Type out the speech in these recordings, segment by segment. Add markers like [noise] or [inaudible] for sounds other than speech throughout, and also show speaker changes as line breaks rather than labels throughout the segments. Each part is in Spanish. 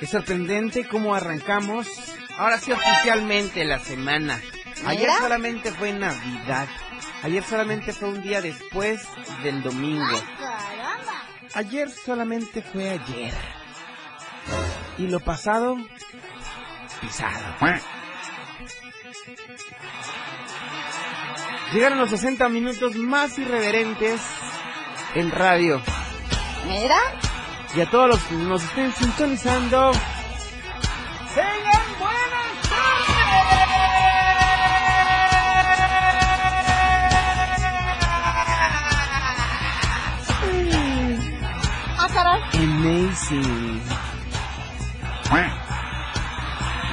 Es sorprendente cómo arrancamos ahora sí oficialmente la semana. Ayer
¿Neta?
solamente fue Navidad. Ayer solamente fue un día después del domingo.
Caramba.
Ayer solamente fue ayer. Y lo pasado, pisado. Llegaron los 60 minutos más irreverentes en radio.
Mira,
Y a todos los que nos estén sintonizando, ¡tengan buenas
Mm.
ah, caray.
Amazing.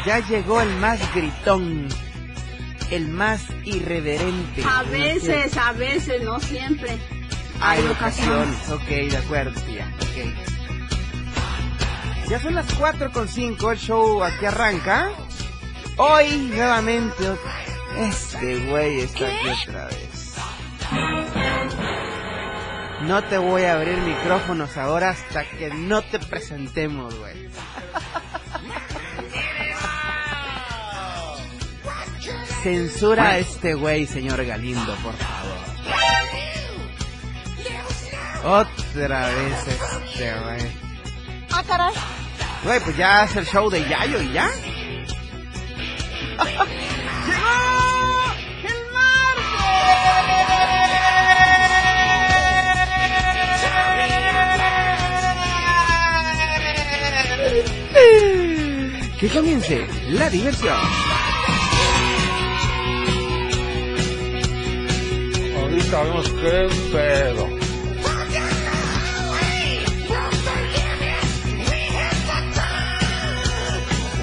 Ya llegó el más gritón, el más irreverente.
A veces, a veces, no siempre.
Hay ocasiones. Ok, de acuerdo, tía. Ok. Ya son las 4 con 5, el show aquí arranca. Hoy, nuevamente, ot- este güey está aquí otra vez. No te voy a abrir micrófonos ahora hasta que no te presentemos, güey. [laughs] Censura a este güey, señor Galindo, por favor. Otra vez este güey.
Ah, caray.
Güey, pues ya es el show de Yayo y ya. [laughs] Que comience la diversión.
Ahorita vemos qué pedo.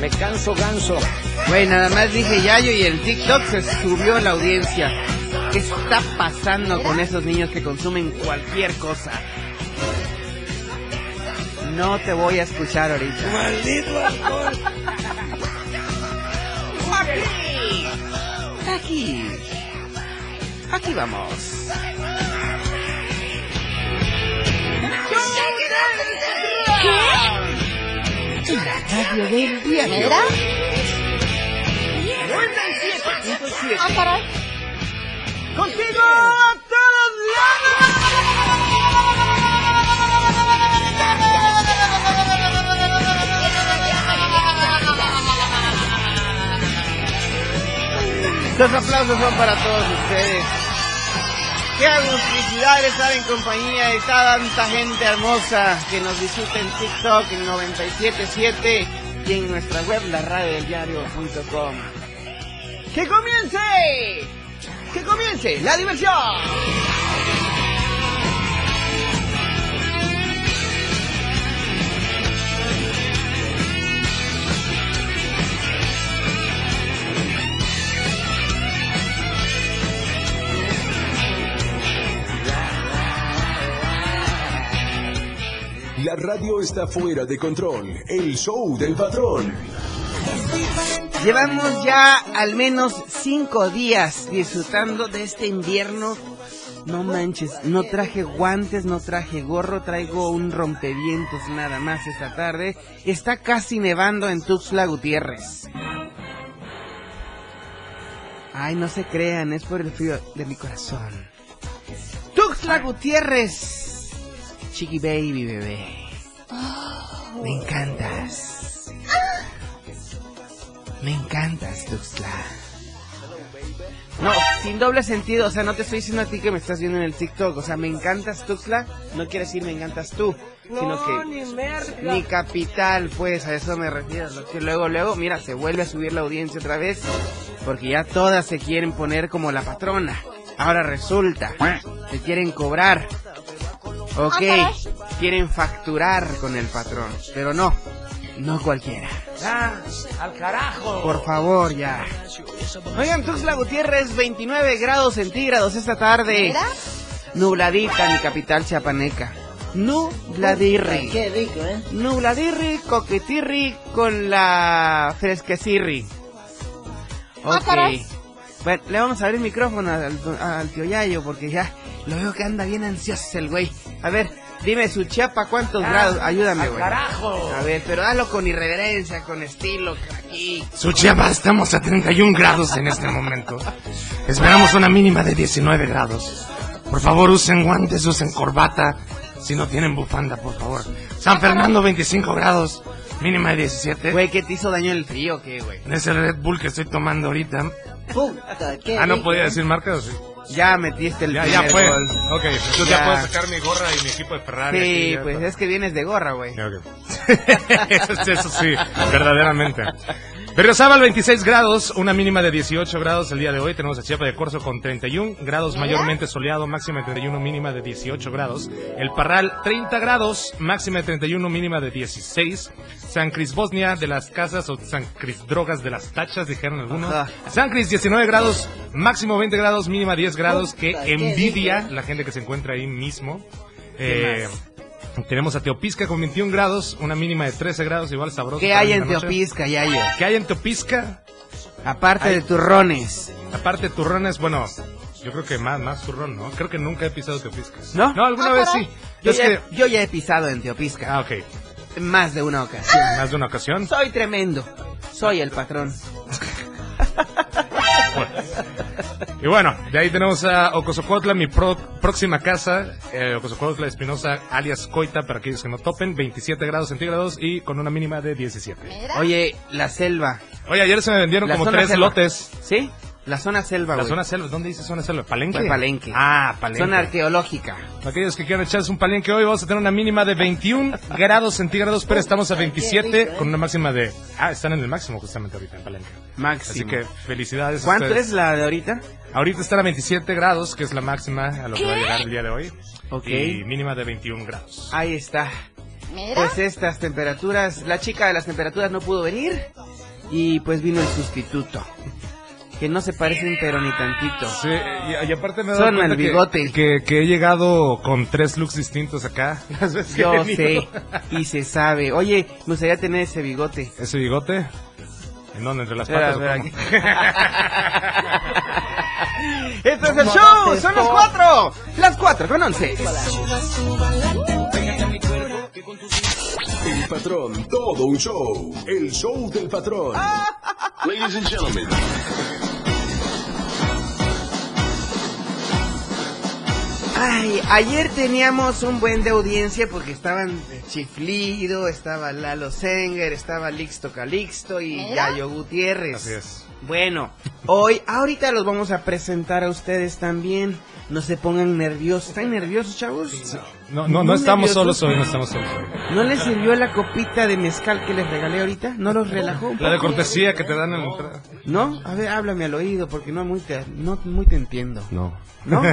Me canso ganso.
Güey, nada más dije Yayo y el TikTok se subió la audiencia. ¿Qué está pasando con esos niños que consumen cualquier cosa? No te voy a escuchar ahorita. Aquí. Aquí vamos.
Mira, ah, caray.
¡Contigo a todos lados! Los aplausos son para todos ustedes. Qué agusticidad estar en compañía de tanta gente hermosa que nos disfruta en TikTok en 977 y en nuestra web la ¡Que comience! ¡Que comience la diversión!
La radio está fuera de control. El show del patrón.
Llevamos ya al menos cinco días disfrutando de este invierno. No manches, no traje guantes, no traje gorro, traigo un rompevientos nada más esta tarde. Está casi nevando en Tuxtla Gutiérrez. Ay, no se crean, es por el frío de mi corazón. Tuxtla Gutiérrez. Chiqui Baby, bebé. Me encantas. Me encantas, Tuxtla. No, sin doble sentido, o sea, no te estoy diciendo a ti que me estás viendo en el TikTok, o sea, me encantas Tuxla, no quiere decir me encantas tú, sino que mi capital, pues a eso me refiero. lo que luego, luego, mira, se vuelve a subir la audiencia otra vez, porque ya todas se quieren poner como la patrona. Ahora resulta, se quieren cobrar.
Ah,
Ok, quieren facturar con el patrón, pero no, no cualquiera.
Ah, al carajo.
Por favor, ya. Oigan, Tuxla Gutiérrez, 29 grados centígrados esta tarde.
¿Mira?
Nubladita, mi capital chiapaneca. Nubladirri.
Qué rico, ¿eh?
Nubladirri, coquetirri con la fresquecirri.
Ah,
Ok.
caray.
Bueno, le vamos a abrir el micrófono al, al tío Yayo porque ya lo veo que anda bien ansioso el güey. A ver, dime su chiapa cuántos
Ah,
grados. Ayúdame, güey.
carajo.
A ver, pero hazlo con irreverencia, con estilo, aquí.
Suchiapa, estamos a 31 grados en este momento. Esperamos una mínima de 19 grados. Por favor, usen guantes, usen corbata. Si no tienen bufanda, por favor. San Fernando, 25 grados. Mínima de 17.
Güey, ¿qué te hizo daño el frío o qué, güey?
En ese Red Bull que estoy tomando ahorita.
Puta, qué
Ah, no
rico.
podía decir marcas. ¿sí?
Ya metiste el
Ya,
primer
ya fue.
gol.
Ok, yo
pues, Ya.
ya puedo sacar mi gorra y mi equipo de Ferrari. aquí,
Sí,
ya
pues
está.
es que vienes de gorra, güey.
Ok. [laughs] Eso sí, verdaderamente. Berriozábal 26 grados, una mínima de 18 grados el día de hoy. Tenemos a Chiapa de Corzo con 31 grados, mayormente soleado, máxima de 31, mínima de 18 grados. El Parral 30 grados, máxima de 31, mínima de 16. San Cris Bosnia de las Casas o San Cris Drogas de las Tachas, dijeron algunos.
Ajá.
San Cris 19 grados, máximo 20 grados, mínima 10 grados. Que
Puta, qué
envidia
rico.
la gente que se encuentra ahí mismo. Eh, tenemos a Teopisca con 21 grados, una mínima de 13 grados, igual sabroso.
¿Qué
para
hay
la
en
noche.
Teopisca, Yayo?
¿Qué hay en Teopisca?
Aparte de turrones.
Aparte, turrones, bueno, yo creo que más, más turrón, ¿no? Creo que nunca he pisado Teopisca.
¿No?
No, alguna
Ah,
vez
caray.
sí.
Yo,
Es
ya,
que-
yo ya he pisado en Teopisca.
Ah, ok.
Más de una ocasión.
Más de una ocasión.
Soy tremendo. Soy el patrón.
Y bueno, de ahí tenemos a Ocosocotla, mi pro- próxima casa. Eh, Ocosocotla Espinosa, alias Coita, para aquellos que no topen, 27 grados centígrados y con una mínima de 17.
Mira.
Oye, la selva.
Oye, ayer se me vendieron
La
como
zona
tres
selva.
lotes.
¿Sí? La zona selva,
La
güey.
zona selva, ¿dónde dice zona selva? ¿Palenque?
Pues Palenque.
Ah, Palenque.
Zona arqueológica.
Para Aquellos que quieran echarse un palenque hoy, vamos a tener una mínima de 21 grados centígrados, pero estamos a 27 con una máxima de... Ah, están en el máximo justamente ahorita en palenque. Así
Máximo.
que felicidades. a
¿Cuánto
ustedes.
es la de ahorita?
Ahorita están a 27 grados, que es la máxima a lo que va a llegar el día de hoy.
Ok. Ah.
Y mínima de 21 grados.
Ahí está.
Mira.
Pues estas temperaturas, la chica de las temperaturas no pudo venir y pues vino el sustituto. Que no se parecen pero ni tantito.
Sí, y, y aparte me he
Son
dado cuenta
el
que-
bigote.
Que, que he llegado con tres looks distintos acá. [laughs] Las veces que
[laughs]
he
Yo
venido.
sé y se sabe. Oye, me gustaría tener ese bigote.
¿Ese bigote? ¿En dónde? ¿Entre las
Espera,
patas? o
espera,
cómo?
aquí. ¡Este es el show! ¡Son las cuatro! ¡Las cuatro con once!
El patrón, todo un show. El show del patrón. [laughs] Ladies and gentlemen.
Ay, ayer teníamos un buen de audiencia porque estaban Chiflido, estaba Lalo Zenger, estaba Lixto Calixto y
Mira.
Yayo Gutiérrez.
Así es.
Bueno, hoy, ahorita los vamos a presentar a ustedes también. No se pongan nerviosos. ¿Están nerviosos, chavos?
No, no, no
Muy
estamos
nerviosos.
solos hoy, no estamos solos hoy.
¿No les sirvió la copita de mezcal que les regalé ahorita? ¿No los relajó? un
La de
poco?
cortesía que te dan en la entrada.
¿No? A ver, háblame al oído porque no muy te, no muy te entiendo.
No. [laughs]
¿No? Ok.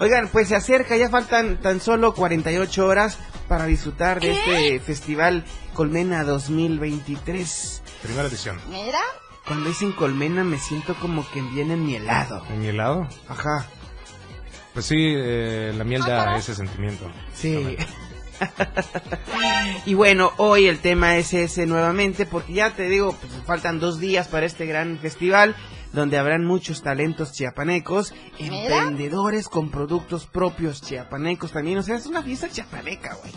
Oigan, pues se acerca, ya faltan tan solo 48 horas para disfrutar de este festival Colmena 2023.
Primera edición.
Mira.
Cuando dicen Colmena me siento como que viene mi helado.
¿En mi helado?
Ajá.
Pues sí, eh, la miel da ese sentimiento.
Sí. [laughs] y bueno, hoy el tema es ese nuevamente, porque ya te digo, pues, faltan dos días para este gran festival, donde habrán muchos talentos chiapanecos,
Mira.
emprendedores con productos propios chiapanecos también. O sea, es una fiesta chiapaneca, güey.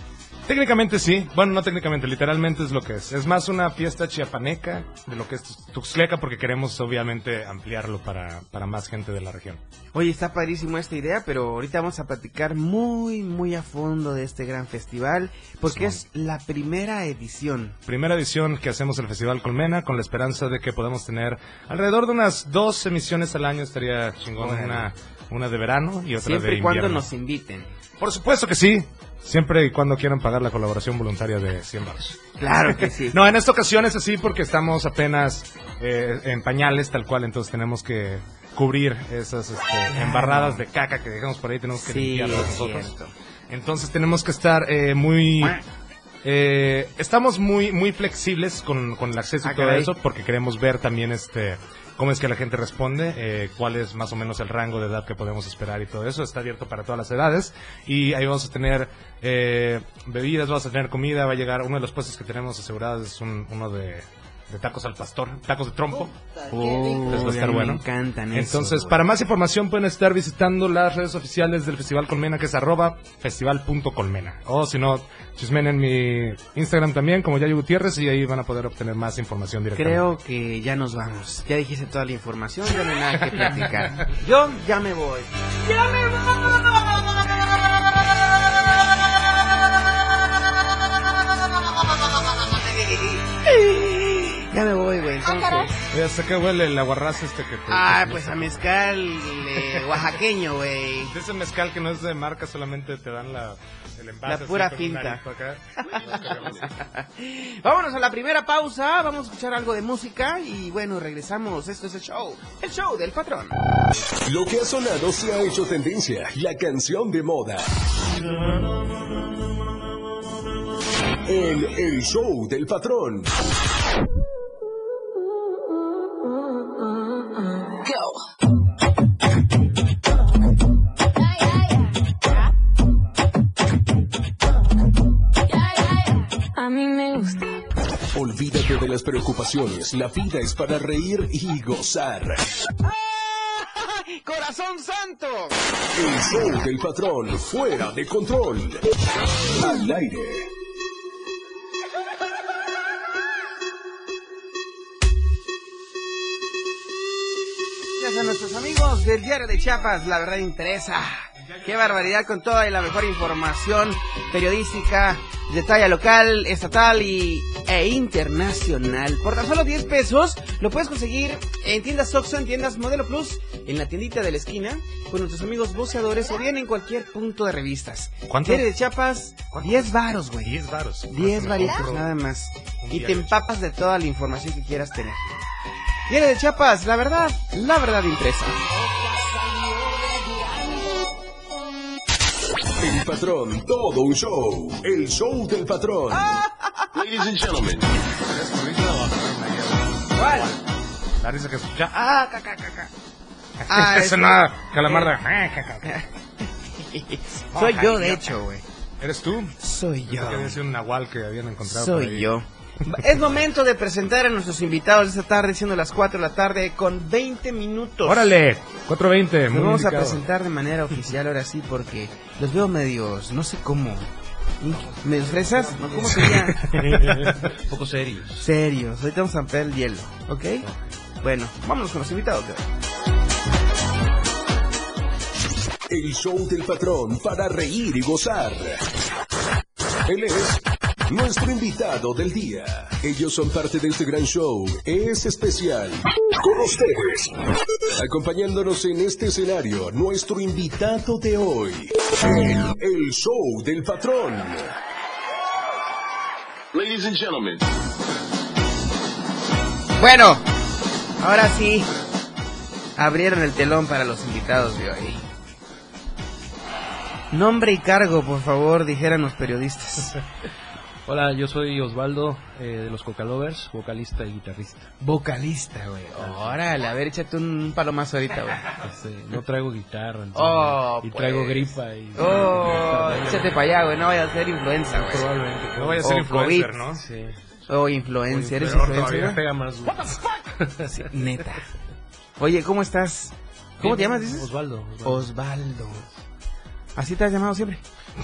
Técnicamente sí, bueno, no técnicamente, literalmente es lo que es. Es más una fiesta chiapaneca de lo que es Tuxtleca porque queremos obviamente ampliarlo para, para más gente de la región.
Oye, está padrísimo esta idea, pero ahorita vamos a platicar muy, muy a fondo de este gran festival, porque es la primera edición.
Primera edición que hacemos el Festival Colmena con la esperanza de que podamos tener alrededor de unas dos emisiones al año, estaría chingón
Bueno.
una, una de verano y otra de
Siempre y
invierno.
cuando nos inviten.
Por supuesto que sí. Siempre y cuando quieran pagar la colaboración voluntaria de 100 baros.
Claro que sí.
[laughs] No, en esta ocasión es así porque estamos apenas eh, en pañales, tal cual, entonces tenemos que cubrir esas este, embarradas de caca que dejamos por ahí, tenemos que
Sí,
limpiarlas
es
nosotros.
cierto.
Entonces tenemos que estar eh, muy... eh, estamos muy muy flexibles con, con el acceso
Ah,
y todo
caray.
eso porque queremos ver también este cómo es que la gente responde, eh, cuál es más o menos el rango de edad que podemos esperar y todo eso. Está abierto para todas las edades y ahí vamos a tener eh, bebidas, vamos a tener comida, va a llegar uno de los puestos que tenemos asegurados es un- uno de, de tacos al pastor, tacos de trompo.
Puta, qué rico.
Oh,
Entonces Pues va a estar
a mí
bueno.
Me encantan eso,
Entonces,
güey.
para más información pueden estar visitando las redes oficiales del Festival Colmena, que es arroba festival.colmena. O si no, chismen en mi Instagram también, como Yayo Gutiérrez, y ahí van a poder obtener más información directamente.
Creo que ya nos vamos. Ya dijiste toda la información, ya no hay nada que platicar. Yo ya me voy. Ya me voy, güey. entonces.
Oye, ¿hasta qué huele el aguarrás este que te...
Ah,
que te-
pues a mezcal eh, oaxaqueño, güey.
De ese mezcal que no es de marca, solamente te dan la... El envase,
La pura
así, con un
finta. [laughs]
arito acá.
Vámonos a la primera pausa, vamos a escuchar algo de música y bueno, regresamos. Esto es el show, el show del patrón.
Lo que ha sonado se ha hecho tendencia. La canción de moda. En el show del patrón.
Ay, ay, ay.
A mí me gusta.
Olvídate de las preocupaciones. La vida es para reír y gozar.
¡Corazón santo!
El show del patrón fuera de control. Al aire.
Gracias a nuestros amigos del Diario de Chiapas, la verdad interesa. Qué barbaridad con toda y la mejor información periodística de talla local, estatal y, e internacional. Por tan solo 10 pesos lo puedes conseguir en tiendas Oxxo, en tiendas Modelo Plus, en la tiendita de la esquina, con nuestros amigos boceadores o bien en cualquier punto de revistas.
¿Cuánto?
Diario de Chiapas, 10 varos, güey.
10 varos.
10
Me
varitos
compro-
nada más.
un
Y te
diario.
empapas de toda la información que quieras tener. Viene de Chiapas, la verdad, la verdad impresa.
El patrón, todo un show. El show del patrón. [laughs] Ladies and gentlemen.
¿Cuál?
La risa que escucha. ¡Ah, ca, ca, ca, [laughs] ca!
Ah,
[laughs] Eso
este-
nada, calamarda. [laughs] Ah, ca,
[laughs]
ca, ca.
Soy yo, de hecho, güey.
¿Eres tú?
Soy yo.
Que había sido un nahual que habían encontrado. por
Soy
ahí.
yo. Es momento de presentar a nuestros invitados esta tarde, siendo las 4 de la tarde, con 20 minutos.
Órale, 420.
Los
muy
vamos a
indicado.
presentar de manera oficial ahora sí, porque los veo medios, no sé cómo. ¿Medios fresas? No, ¿Cómo sería?
Un poco serios.
serios. Ahorita vamos a romper el hielo, ¿ok? Bueno, vámonos con los invitados. de hoy.
El show del patrón para reír y gozar. Él es nuestro invitado del día. Ellos son parte de este gran show. Es especial. Con ustedes. Acompañándonos en este escenario, nuestro invitado de hoy. El, el show del patrón. Ladies and gentlemen.
Bueno, ahora sí, abrieron el telón para los invitados de hoy. Nombre y cargo, por favor, dijeran los periodistas.
Hola, yo soy Osvaldo eh, de los Coca Lovers, vocalista y guitarrista.
Vocalista, güey. Órale, a ver, échate un palomazo ahorita, güey.
Este, no traigo guitarra entonces,
Oh,
y traigo
pues.
gripa. Y,
Oh, échate para allá, güey, no vaya a ser influenza, güey.
Probablemente.
No vaya a ser
O
influencer,
Oh, COVID.
¿no?
Sí.
Oh, influencer, eres
Peor todavía.
influencer.
Pega más duro.
güey? Sí, neta. Oye, ¿cómo estás? ¿Cómo te
Bien,
llamas, dices?
Osvaldo. Osvaldo.
Osvaldo. ¿Así te has llamado siempre?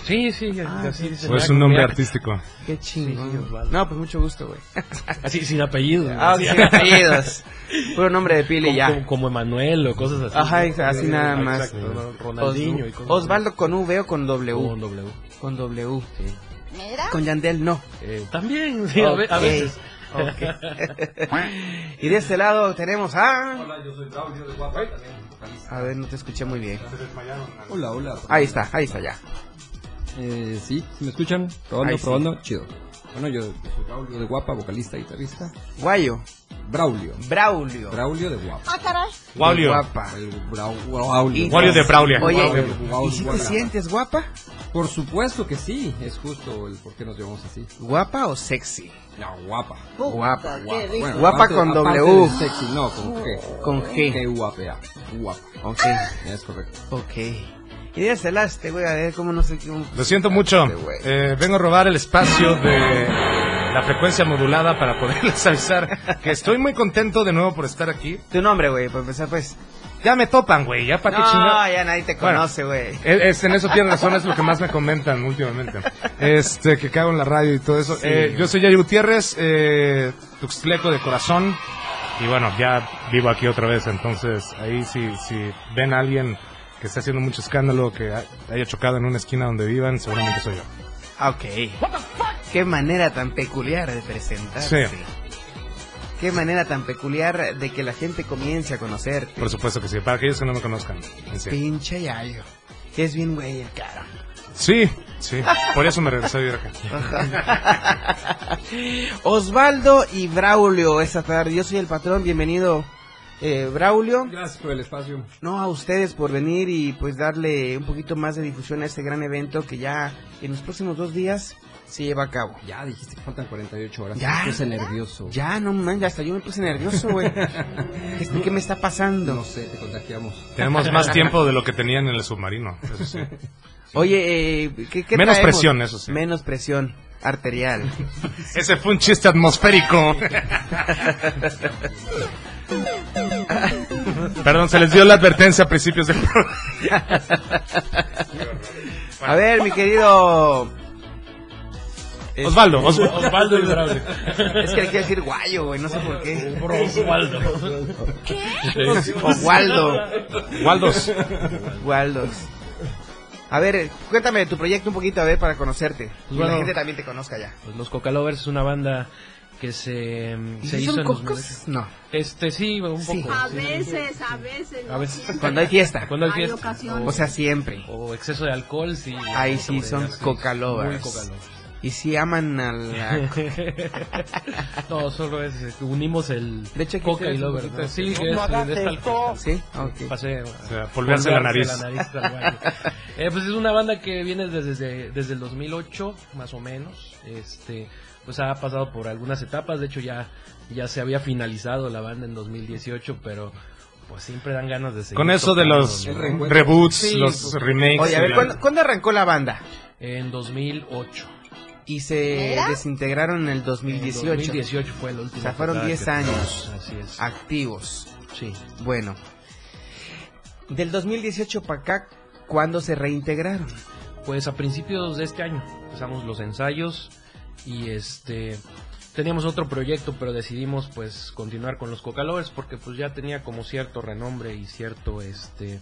Sí, sí,
Ah,
así
sí.
dice.
¿O Pues es
la
un nombre
comunidad.
artístico?
Qué chingón.
Sí, sí, Osvaldo.
no, pues mucho gusto, güey.
Así, sin apellido.
Ah,
sí.
sin apellidos. Puro nombre de pili
Como,
ya.
como- como Emanuel o cosas así.
Ajá,
¿no?
exa- así
Eh,
nada más.
Exacto, ¿no? Ronaldinho y cosas así.
Osvaldo con V o con W.
Con W.
Con W.
Mira.
Con Yandel no.
Eh, también, sí, a ve- a
Ok,
veces.
[laughs] ok. y de este lado tenemos a. A ver, no te escuché muy bien.
Hola, hola.
Ahí está, ahí está ya.
Eh, sí, si me escuchan,
Ahí
probando,
sí.
probando, chido. Bueno, yo soy Braulio de Guapa, vocalista, guitarrista.
Guayo,
Braulio.
Braulio.
Braulio de Guapa.
Ah, caray.
Waulio.
Guapa.
El Brau- Braulio.
Y-
Waulio de Braulia.
Oye,
Guau,
¿y si te
guapa.
sientes guapa?
Por supuesto que sí, es justo el por qué nos llamamos así.
¿Guapa o sexy?
La guapa.
Puta,
Guapa,
qué
Guapa,
rico.
Bueno,
Guapa
aparte-
con
aparte
W.
de Sexy, no, con G.
Con G.
G guapea. Guapa.
Ok,
Es correcto.
ok. Y de este lado, este güey, a ver cómo no sé qué.
Lo siento mucho.
Este güey.
Eh, vengo a robar el espacio de la frecuencia modulada para poderles [laughs] avisar que estoy muy contento de nuevo por estar aquí.
Tu nombre, güey, para empezar, pues.
Ya me topan, güey. Ya para qué
no,
chingado.
ya nadie te
Bueno.
conoce, güey.
Eh, este, en eso tienes razón, es lo que más me comentan últimamente. Este, que cago en la radio y todo eso. Eh, yo soy Yayo Gutiérrez, eh, tuxtleco de corazón. Y bueno, ya vivo aquí otra vez, entonces ahí si, si ven a alguien que está haciendo mucho escándalo, que ha- haya chocado en una esquina donde vivan, seguramente soy yo.
Ah, Ok. Qué manera tan peculiar de presentarse.
Sí.
Qué manera tan peculiar de que la gente comience a conocerte.
Por supuesto que sí, para aquellos que no me conozcan. en sí.
Pinche yayo. Es bien güey, cara.
Sí, sí, por eso me regresé a vivir acá.
Osvaldo y Braulio esta tarde. Yo soy el patrón. Bienvenido, eh, Braulio.
Gracias por el espacio.
No, a ustedes por venir y pues darle un poquito más de difusión a este gran evento que ya en los próximos dos días se lleva a cabo.
Ya dijiste que faltan 48 horas.
Ya.
Me puse nervioso.
Ya, no man, hasta yo me puse nervioso,
[laughs]
güey. Este, ¿Qué, qué me está pasando?
No sé, te contagiamos.
Tenemos más tiempo de lo que tenían en el submarino, eso sí.
Oye, eh, ¿qué, qué
Menos
traemos?
presión, eso sí.
Menos presión arterial.
[laughs] Ese fue un chiste atmosférico. Perdón, se les dio la advertencia a principios del programa.
A ver, mi querido...
Osvaldo, Osvaldo.
Osvaldo y Braulio.
Es que le quiero decir guayo, güey, no sé por qué.
Osvaldo.
[laughs] O Waldo.
Waldos.
Waldos. A ver, cuéntame de tu proyecto un poquito, a ver, para conocerte. Y la
bueno.
gente también te conozca ya.
Pues los Coca Lovers es una banda que se, mm, se
¿Sí
hizo
son
en los
cocos?
90.
No.
Este, sí, un poco.
Sí.
A
sí,
veces, a veces.
A
no
veces.
siempre.
Cuando hay fiesta.
Cuando hay
Hay
fiesta.
ocasiones.
O sea, siempre.
o exceso de alcohol, sí.
Ahí sí son
Sí,
Coca
Muy
Lovers.
Coca Lovers.
Y si aman a la...
[laughs] No, solo es eh, unimos el
De hecho, aquí
coca
tienes
y
un
lover.
poquito
¿no?
de-
Sí,
No,
que es eh, de esta
[laughs]
alcohol.
¿Sí? Ah, Ok.
Pasé, ah,
sea, polvearse la nariz.
tal cual. [laughs] Eh, pues es una banda que viene desde, desde el 2008, más o menos. Este, pues ha pasado por algunas etapas. De hecho, ya, ya se había finalizado la banda en 2018, pero pues siempre dan ganas de seguir.
Con eso de
tocando,
los
¿no?
reboots,
Sí,
los
pues.
remakes.
Oye, a ver,
y la-
¿cuándo, cuándo arrancó la banda?
En 2008.
Y se
¿Era?
desintegraron en el
En
2018.
2018 fue el último.
O sea, fueron 10 años. Ah.
Así es.
Activos.
Sí.
Bueno. Del 2018 para acá, ¿cuándo se reintegraron?
Pues a principios de este año empezamos los ensayos y este teníamos otro proyecto, pero decidimos pues continuar con los Coca Lovers porque pues ya tenía como cierto renombre y cierto este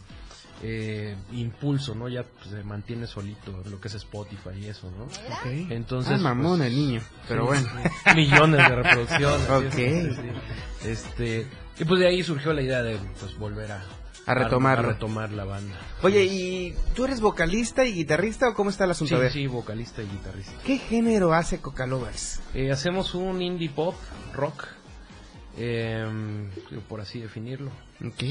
eh, impulso, ¿no? Ya pues, se mantiene solito lo que es Spotify y eso, ¿no? Entonces,
ah, mamón
pues,
el niño. Pero
Sí,
bueno.
sí, [laughs] Millones de reproducciones. sí,
Ok.
sí, sí. Este, y pues de ahí surgió la idea de pues volver a
A retomarlo.
a retomar la banda.
Oye, ¿y tú eres vocalista y guitarrista o cómo está el asunto?
Sí,
A ver,
sí, vocalista y guitarrista.
¿Qué género hace Coca Lovers?
Eh, hacemos un indie pop, rock, em, por así definirlo.
Ok.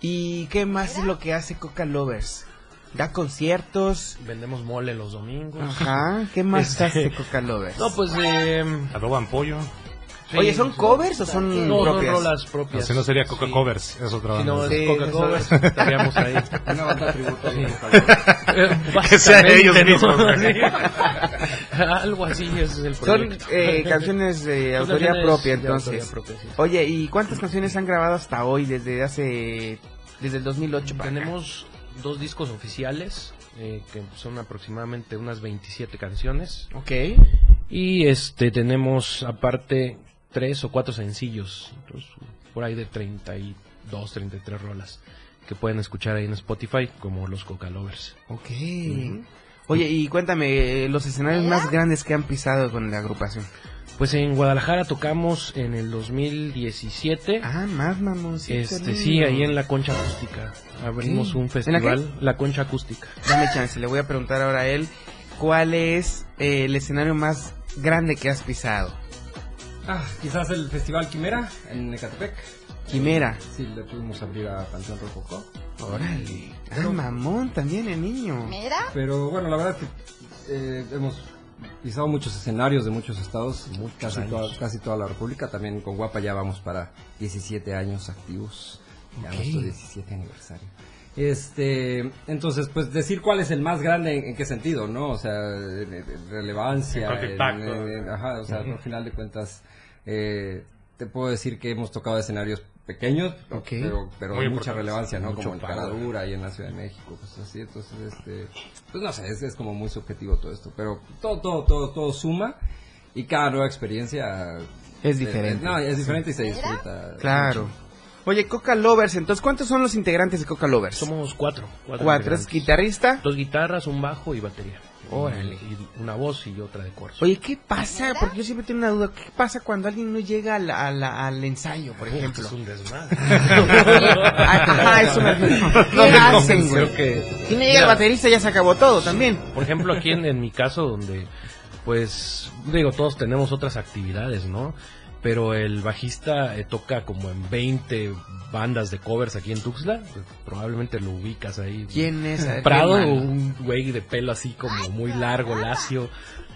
¿Y qué más es lo que hace Coca Lovers? Da conciertos.
Vendemos mole los domingos.
Ajá. Mm, ¿Qué más
Este-
hace Coca Lovers?
No, pues... em,
Adoban pollo.
sí,
Oye, ¿son
sí.
covers o son
No, son
propias?
rolas propias.
Así no sería Coca
Sí.
Covers, es otra
Si
banda.
no,
Sí,
es Coca
eso-
Covers, estaríamos ahí.
Una banda tributo. a Coca-Cola.
Eh,
Que sean ellos
básicamente,
mismos,
¿no?
güey.
Sí. [laughs] Algo así ese es el
Son
proyecto.
eh,
[laughs]
[laughs] canciones de
Son
autoría
canciones
propia,
de autoría
entonces.
propia, sí.
Oye, ¿y cuántas canciones han grabado hasta hoy, desde hace... desde el 2008 para acá?
Tenemos dos discos oficiales, eh, que son aproximadamente unas 27 canciones.
Ok.
Y este tenemos aparte tres o cuatro sencillos, entonces, por ahí de 32, 33 rolas que pueden escuchar ahí en Spotify como los Coca Lovers.
Ok. Oye, y cuéntame, eh, los escenarios más grandes que han pisado con la agrupación.
Pues en Guadalajara tocamos en el 2017.
Ah, más mamoncito
Este,
lindo.
sí, ahí en la Concha Acústica. Abrimos
Ok.
un
¿En la
festival, la Concha Acústica.
Dame chance, le voy a preguntar ahora a él cuál es eh, el escenario más grande que has pisado.
Ah, quizás el Festival Quimera en Ecatepec.
Quimera.
Sí, le pudimos abrir a Panteón Rococó.
Órale. Ah, mamón, también el niño.
Mira.
Pero bueno, la verdad es que eh, hemos pisado muchos escenarios de muchos estados, casi, toda, casi toda la República. También con Guapa ya vamos para 17 años activos, ya
Ok.
nuestro 17 aniversario. Este, entonces, pues decir cuál es el más grande en, en qué sentido, ¿no? O sea, en- en relevancia.
En cuanto a impacto.
ajá, o sea, al final de cuentas, eh, te puedo decir que hemos tocado escenarios pequeños,
Ok.
pero, pero
Muy
de mucha
importantes,
relevancia, ¿no?
mucho
Como en
power.
Caradura y en la Ciudad de México, pues así, entonces, este, pues no sé, es, es como muy subjetivo todo esto, pero todo, todo, todo, todo suma y cada nueva experiencia...
Es
eh,
diferente.
no, es diferente y se disfruta.
Claro. Oye, Coca Lovers, entonces, ¿cuántos son los integrantes de Coca Lovers?
Somos cuatro.
cuatro. ¿Es
integrantes.
guitarrista?
Dos guitarras, un bajo y batería.
Órale.
Y una voz y otra de corso.
Oye, ¿qué pasa? Porque yo siempre tengo una duda. ¿Qué pasa cuando alguien no llega a la- a la- al ensayo, por ejemplo? ah,
Es
[laughs]
un desmadre.
Ajá, eso
[laughs]
me
No
¿Qué
me
hacen,
convenció
güey? Si no llega el baterista ya se acabó todo también.
Por ejemplo, aquí en, en mi caso, donde, pues, digo, todos tenemos otras actividades, ¿no? Pero el bajista eh, toca como en 20 bandas de covers aquí en Tuxtla. pues, Probablemente lo ubicas ahí.
¿Quién es? A ver,
Prado,
qué mano.
un güey de pelo así como muy largo, lacio.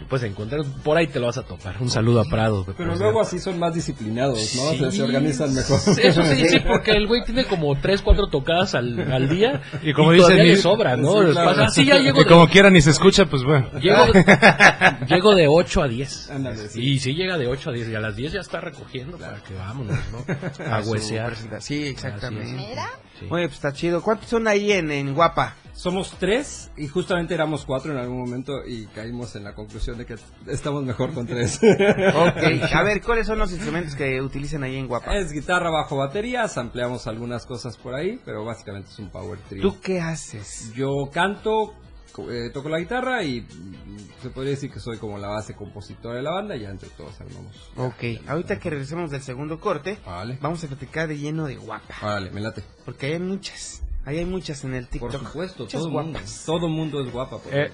Pues encontrar, por ahí te lo vas a topar. Un saludo a Prado.
Pero
pues,
luego así son más disciplinados, ¿no? Se,
Sí.
se organizan mejor.
Eso sí, sí, porque el güey tiene como tres, cuatro tocadas al, al día.
Y como
dice
dice mi-
sobra, ¿no?
Sí,
Les
claro.
pasa, "Sí, ya llego
Y
de-
como quiera ni se escucha, pues bueno.
Llego, [laughs] llego de 8 a 10.
Ándale, sí.
Y si llega de 8 a 10 y a las 10 ya está recogiendo para que vámonos, [laughs] ¿no? A huesear.
Ah, Sí,
Así
exactamente.
es.
Mira.
Sí.
Oye, pues está chido. ¿Cuántos son ahí en, en Guapa?
Somos tres y justamente éramos cuatro en algún momento y caímos en la conclusión de que estamos mejor con tres.
Ok, a ver, ¿cuáles son los instrumentos que utilizan ahí en Guapa?
[laughs] Es guitarra bajo baterías, ampliamos algunas cosas por ahí, pero básicamente es un power trio.
¿Tú qué haces?
Yo canto, co- eh, toco la guitarra y mm, se podría decir que soy como la base compositora de la banda y ya entre todos armamos.
Ok, ahorita que regresemos del segundo corte,
Vale.
vamos a platicar de lleno de Guapa.
Vale, me late.
Porque ahí hay muchas. Ahí hay muchas en el
Por
TikTok.
supuesto,
muchas
todo mundo,
guapas.
todo mundo es guapa. por
Eh,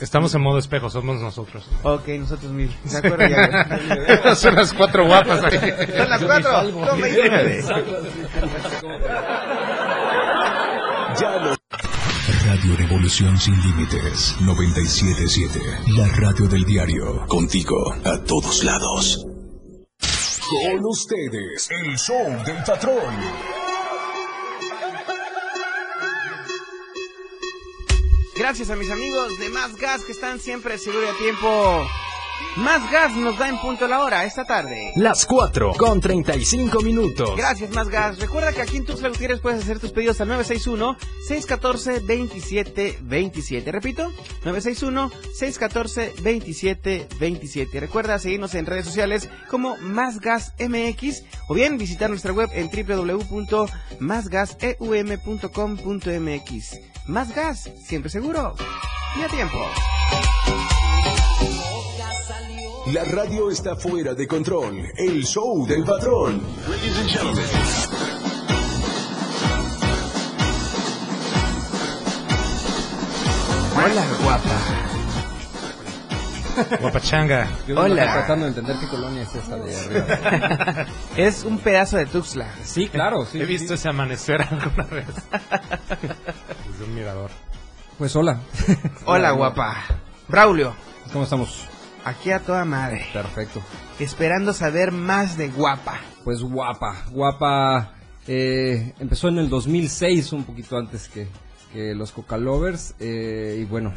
estamos en modo espejo, somos nosotros.
Ok, nosotros mismos. ¿De acuerdo?
[laughs]
Ya,
Son las cuatro guapas ahí.
[laughs] Son las cuatro. Son 29.
Ya lo
Radio Revolución sin límites 977, la radio del diario.
contigo a todos lados. Con ustedes, el show del patrón.
Gracias a mis amigos de Más Gas que están siempre seguro y a tiempo. Más Gas nos da en punto la hora esta tarde.
Las 4 con 35 minutos.
Gracias, Más Gas. Recuerda que aquí en Tuxtla Gutiérrez puedes hacer tus pedidos al 961-614-2727. Repito, 961-614-2727. Recuerda seguirnos en redes sociales como Más Gas MX o bien visitar nuestra web en www.másgaseum.com.mx. Más Gas, siempre seguro y a tiempo.
La radio está fuera de control. El show del patrón.
Hola, guapa.
Guapachanga.
Yo vengo
Hola.
tratando de entender qué colonia es esta de arriba.
Es un pedazo de Tuxtla.
Sí, claro, sí.
He visto
sí.
ese amanecer alguna vez. Desde un mirador.
Pues hola.
Hola, guapa. Braulio,
¿Cómo estamos?
aquí a toda madre.
Perfecto.
Esperando saber más de guapa.
Pues guapa, guapa. eh, empezó en el 2006, un poquito antes que, que los Coca Lovers. eh, y bueno,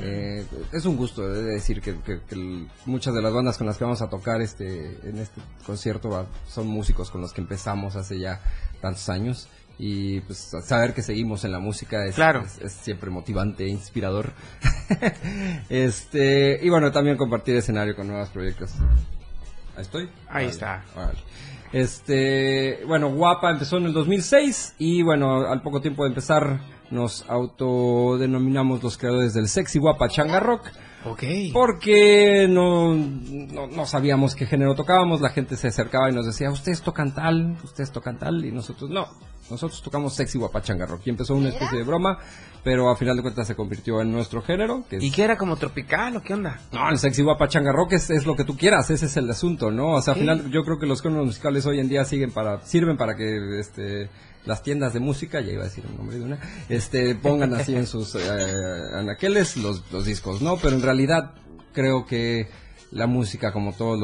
eh, es un gusto he de decir que, que- que el- muchas de las bandas con las que vamos a tocar este en este concierto va- son músicos con los que empezamos hace ya tantos años. y pues saber que seguimos en la música es,
Claro.
es- es siempre motivante e inspirador. [laughs] este, y bueno, también compartir escenario con nuevos proyectos. Ahí estoy.
Ahí
Órale,
está.
órale. Este, bueno, Guapa empezó en el 2006 y bueno, al poco tiempo de empezar nos autodenominamos los creadores del sexy Guapa Changa Rock.
Ok.
Porque no, no, no sabíamos qué género tocábamos, la gente se acercaba y nos decía, ustedes tocan tal, ustedes tocan tal, y nosotros no. Nosotros tocamos sexy guapachanga rock. Y empezó una especie de broma, pero a final de cuentas se convirtió en nuestro género. Que es-
¿Y qué era como tropical o qué onda?
No, el sexy guapachanga rock es, es lo que tú quieras, ese es el asunto, ¿no? O sea,
Sí.
al final yo creo que los géneros musicales hoy en día siguen para, sirven para que este las tiendas de música, ya iba a decir el nombre de una, este pongan así en sus eh, anaqueles los, los discos, ¿no? Pero en realidad creo que la música, como todas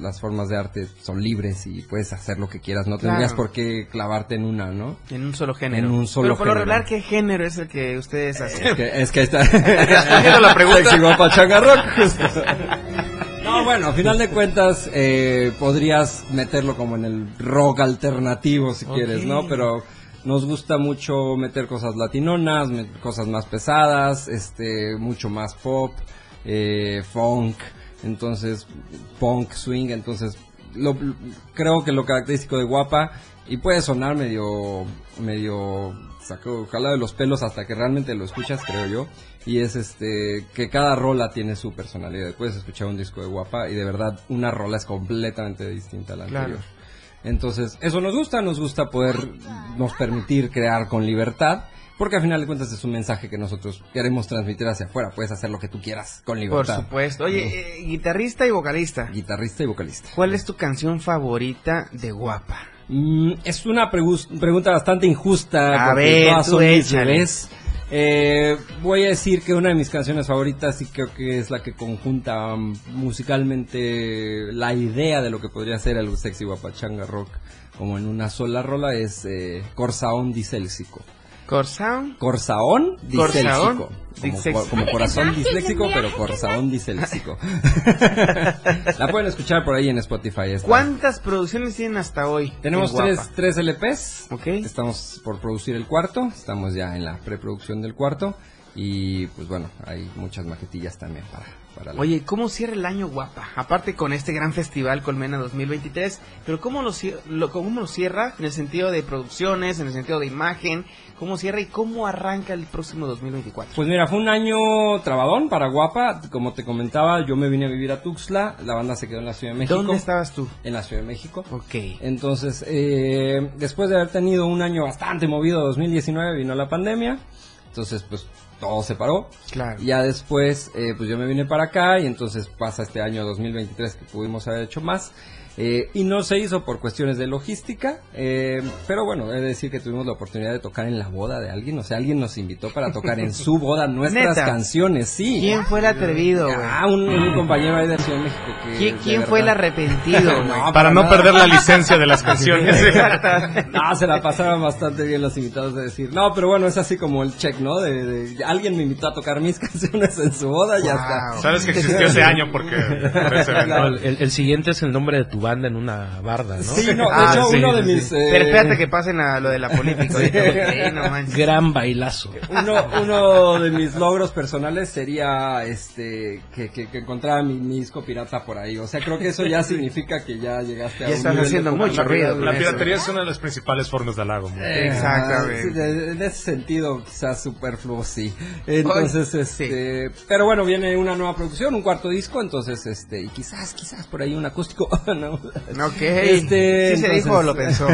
las formas de arte, son libres y puedes hacer lo que quieras, no
Claro.
tendrías por qué clavarte en una, ¿no?
En un solo género.
En un solo
Pero por lo
género. Eh,
regular, ¿qué género es el que ustedes hacen?
[laughs] Es que, es que
[laughs]
ahí está.
Respondiendo la pregunta.
Sexy
[laughs]
guapachanga rock, justo. No, bueno, a final de cuentas eh, podrías meterlo como en el rock alternativo si
Ok.
quieres, ¿no? Pero nos gusta mucho meter cosas latinonas, me- cosas más pesadas, este, mucho más pop, eh, funk, entonces punk, swing, entonces lo- lo- creo que lo característico de Guapa y puede sonar medio medio saco jalado de los pelos hasta que realmente lo escuchas, creo yo, y es este que cada rola tiene su personalidad. Puedes escuchar un disco de Guapa y de verdad una rola es completamente distinta a la
Claro.
anterior. Entonces, eso nos gusta, nos gusta poder nos permitir crear con libertad, porque al final de cuentas es un mensaje que nosotros queremos transmitir hacia afuera, puedes hacer lo que tú quieras con
Por
libertad.
supuesto. Oye, eh, guitarrista y vocalista.
Guitarrista y vocalista.
¿Cuál es tu canción favorita de Guapa?
Mm, es una pregus- pregunta bastante injusta.
A
porque
ver,
todas
tú
son mis
échale.
bebés. Eh, voy a decir que una de mis canciones favoritas y creo que es la que conjunta mm, musicalmente la idea de lo que podría ser el sexy guapachanga rock como en una sola rola es eh, Corsaón Disélxico.
Corsound.
Corsaón
Corsaón
disléxico.
disléxico.
Como, como corazón disléxico, pero
[laughs]
corsaón disléxico. [laughs] La pueden escuchar por ahí en Spotify. esta.
¿Cuántas producciones tienen hasta hoy?
Tenemos
en Guapa?
tres, tres LPs.
Ok.
Estamos por producir el cuarto. Estamos ya en la preproducción del cuarto. Y pues bueno, hay muchas maquetillas también para, para la-
Oye, ¿cómo cierra el año Guapa? Aparte con este gran festival Colmena 2023, pero ¿cómo lo, cier- lo- cómo lo cierra en el sentido de producciones, en el sentido de imagen? ¿Cómo cierra y cómo arranca el próximo 2024?
Pues mira, fue un año trabadón para Guapa. Como te comentaba, yo me vine a vivir a Tuxtla. La banda se quedó en la Ciudad de México.
¿Dónde estabas tú?
En la Ciudad de México.
Ok.
Entonces, eh, después de haber tenido un año bastante movido, 2019 vino la pandemia. Entonces, pues todo se paró.
Claro.
Ya después, eh, pues yo me vine para acá y entonces pasa este año 2023 que pudimos haber hecho más. Eh, y no se hizo por cuestiones de logística, eh, pero bueno, he de decir que tuvimos la oportunidad de tocar en la boda de alguien, o sea, alguien nos invitó para tocar
[laughs]
en su boda nuestras
¿Neta?
canciones, sí.
¿Quién fue el atrevido? güey?
Ah, un, un compañero ahí de Ciudad de México que...
¿Quién,
de
quién fue el
verdad- [laughs]
arrepentido? güey?
No,
Para no
nada.
perder la licencia de
[laughs]
las canciones.
[laughs] No, Ah, se la pasaron bastante bien los invitados de decir. No, pero bueno, es así como el check, ¿no? De, de- alguien me invitó a tocar mis [laughs] canciones en su boda, ya
Wow.
está.
Sabes que existió ese año
[laughs]
porque... por ese evento.
No, el, el siguiente es el nombre de tu banda en una barda, ¿no?
Sí, no,
[laughs]
de
Ah,
hecho,
sí,
uno
sí,
de
sí.
mis. eh,
Pero espérate que pasen a lo de la política. ahorita, porque, eh, no manches.
[laughs]
Gran bailazo.
Uno, uno de mis logros personales sería este que, que, que encontrara mi, mi disco pirata por ahí. O sea, creo que
[laughs]
eso ya significa que ya
Ya
llegaste a un
estás
nivel de
haciendo mucho
popularidad.
ruido.
La piratería es una de las principales formas de halago. ¿no?
Eh, sí,
Exactamente.
de- de- En ese sentido, quizás superfluo, sí. Entonces,
Ay,
este. Pero bueno, viene una nueva producción, un cuarto disco, entonces, este. Y quizás, quizás por ahí un acústico, [laughs] ¿no?
[laughs] Ok.
Este,
¿Sí se dijo o lo pensó?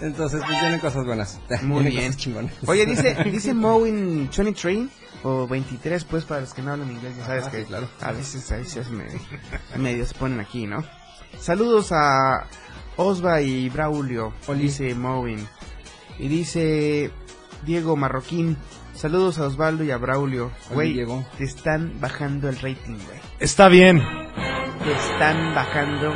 entonces, pues vienen cosas buenas.
Muy
[laughs] Vienen
bien.
cosas chingonas.
Oye, dice, dice Mowin 23 o 23, pues para los que no hablan inglés, ya sabes
Ah,
que
sí, claro.
a veces, a veces me, medio se ponen aquí, ¿no? Saludos a Osva y Braulio, dice Mowin. Y dice Diego Marroquín. Saludos a Osvaldo y a Braulio.
Oye,
Güey,
Diego.
te están bajando el rating, güey.
Está bien,
Te están bajando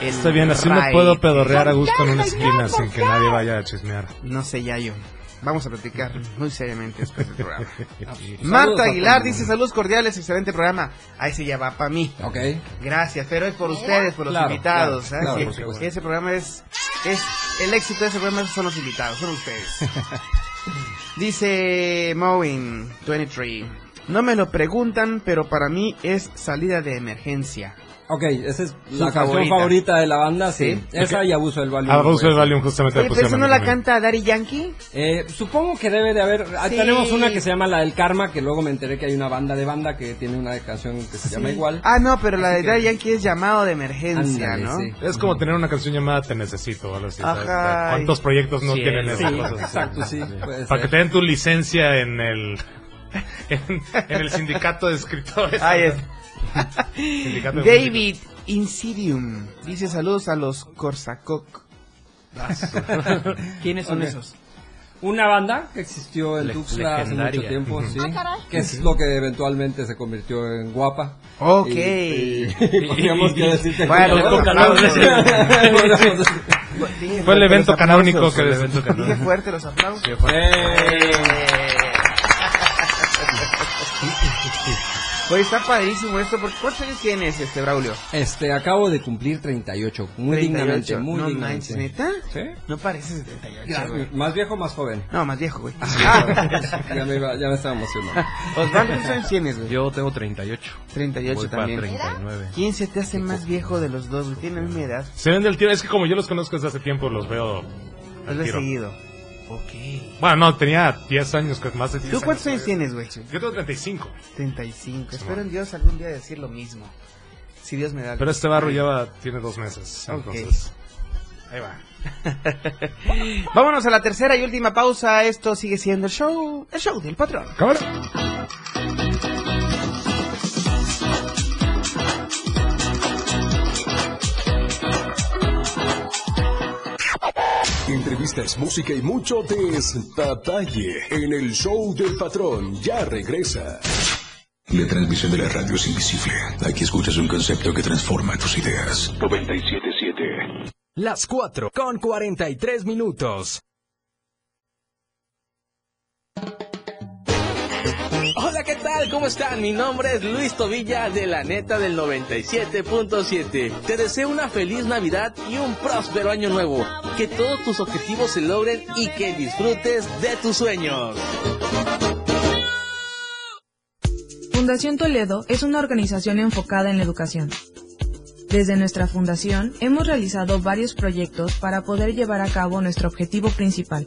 el
está bien. Así no puedo
rating. Ah,
pedorrear a gusto en una esquina sin que nadie vaya a chismear.
No sé, Yayo. Vamos a platicar muy seriamente después del programa.
Ah,
pues,
pues, Saludos,
Marta Aguilar
Marta.
dice saludos cordiales, excelente programa. Ahí se ya va para mí.
Ok.
Gracias, pero es por ustedes, por los
Claro,
invitados.
claro,
¿eh?
claro,
Que
por supuesto.
ese programa es, es. El éxito de ese programa son los invitados, son
[laughs]
ustedes. Dice Mowin23. No me lo preguntan, pero para mí es salida de emergencia.
Ok, esa es
Su
la canción
favorita.
favorita de la banda, sí.
Sí.
Esa y Abuso del Valium. pues.
Abuso del Valium, justamente.
Oye,
le
pero
pusieron
eso no
a
la
mí.
canta Daddy Yankee.
Eh, supongo que debe de haber. ah,
Sí.
Tenemos una que se llama La del Karma, que luego me enteré que hay una banda de banda que tiene una canción que se llama
Sí.
igual.
Ah, no, pero la
Así
de
que-
Daddy Yankee es llamado de emergencia,
Ándale,
¿no?
sí.
Es como tener una canción llamada Te Necesito. o algo así, ¿sabes?
Ajá.
¿Cuántos proyectos no
Sí,
tienen
sí,
esas cosas?
exacto, sí, puede
Para
ser.
que te den tu licencia en el. [laughs] En, en el sindicato de escritores.
Ahí es.
Sindicato de
David Insidium dice saludos a los Corsacoc. ¿Quiénes son
Ok.
esos?
Una banda que existió en
Le-
Tuxtla hace mucho
legendaria.
tiempo, sí.
caray.
Que es lo que eventualmente se convirtió en Guapa.
Ok.
Y- y- este, y podríamos que decir que- [laughs]
Bueno,
Bueno,
los
aplausos.
aplausos.
música. Fue el evento canónico que
Fue el
des-
evento canónico. Dije fuerte los aplausos. Pues está padrísimo esto. Porque ¿Cuántos años tienes, este Braulio?
[laughs] Este, acabo de cumplir 38. Muy
38.
dignamente, muy
no
dignamente.
manches, ¿neta?
¿Sí?
No pareces de 38,
Ya,
güey.
más viejo, más joven.
No, más viejo, güey. [laughs]
ya, me iba- ya me estaba emocionando.
Osvaldo, ¿cuántos años tienes, güey?
Yo tengo 38.
38
Voy
también.
para 39.
¿Quién se te hace más viejo de los dos? güey? Tiene la misma edad.
Se ven del tiro. Es que como yo los conozco desde hace tiempo, los veo.
Los
al
lo he
tiro.
seguido. Ok.
Bueno, no, tenía 10 años, creo que más de 10
¿Tú cuántos años
güey.
tienes, güey?
Yo tengo 35.
35. Espero en Dios algún día decir lo mismo. Si Dios me da.
Pero este barro ya va- tiene dos meses.
Ok.
Entonces. Ahí va.
Vámonos a la tercera y última pausa. Esto sigue siendo el show, el show del patrón.
Entrevistas, música y mucho despatalle en el show del patrón. Ya regresa.
La transmisión de la radio es invisible. Aquí escuchas un concepto que transforma tus ideas. 977.
Las 4 con 43 minutos.
Hola, ¿qué tal? ¿Cómo están? Mi nombre es Luis Tobilla de la neta del 97.7. Te deseo una feliz Navidad y un próspero año nuevo. Que todos tus objetivos se logren y que disfrutes de tus sueños.
Fundación Toledo es una organización enfocada en la educación. Desde nuestra fundación hemos realizado varios proyectos para poder llevar a cabo nuestro objetivo principal,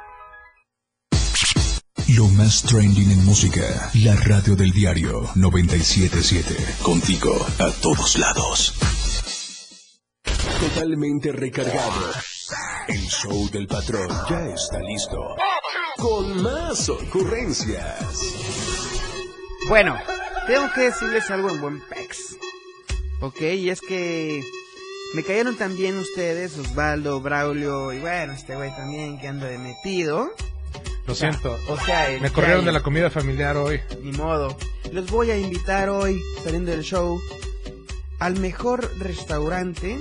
Lo más trending en música. La radio del diario 977. Contigo a todos lados.
Totalmente recargado. El show del patrón ya está listo. Con más ocurrencias.
Bueno, tengo que decirles algo en buen pex. Ok, y es que me cayeron también ustedes, Osvaldo, Braulio y bueno, este güey también que anda de metido.
Lo siento.
O sea, el
Me corrieron
Chayo.
de la comida familiar hoy.
Ni modo. Los voy a invitar hoy, saliendo del show, al mejor restaurante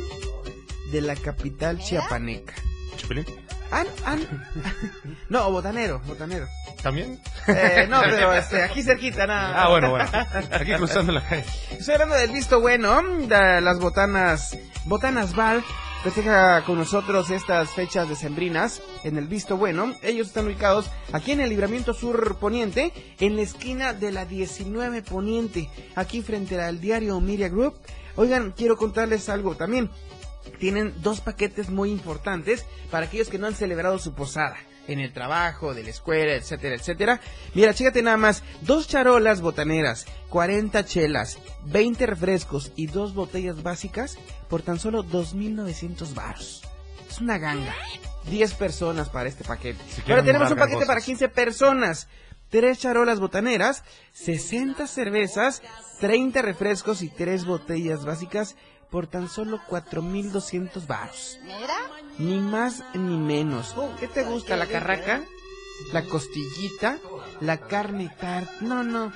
de la capital chiapaneca.
¿Chapelín?
Ah, no, [laughs] ah, no. no, botanero, botanero.
¿También?
Eh, no, pero este, aquí cerquita, nada.
Ah, bueno,
[laughs]
bueno. Aquí cruzando la calle.
Estoy hablando del visto bueno de las botanas. Botanas Bar festeja con nosotros estas fechas decembrinas en el visto bueno. Ellos están ubicados aquí en el libramiento sur poniente, en la esquina de la 19 poniente, aquí frente al diario Media Group. Oigan, quiero contarles algo también tienen dos paquetes muy importantes para aquellos que no han celebrado su posada en el trabajo, de la escuela, etcétera, etcétera. Mira, chécate nada más, dos charolas botaneras, 40 chelas, 20 refrescos y dos botellas básicas por tan solo 2.900 baros. Es una ganga. 10 personas para este paquete. Ahora
quieren
tenemos
lugar
un paquete
gangoso.
para 15 personas. Tres charolas botaneras, 60 cervezas, 30 refrescos y tres botellas básicas por tan solo 4.200 baros. Ni más ni menos. Oh, ¿Qué te gusta? ¿La carraca? ¿La costillita? ¿La carne tart? No, no.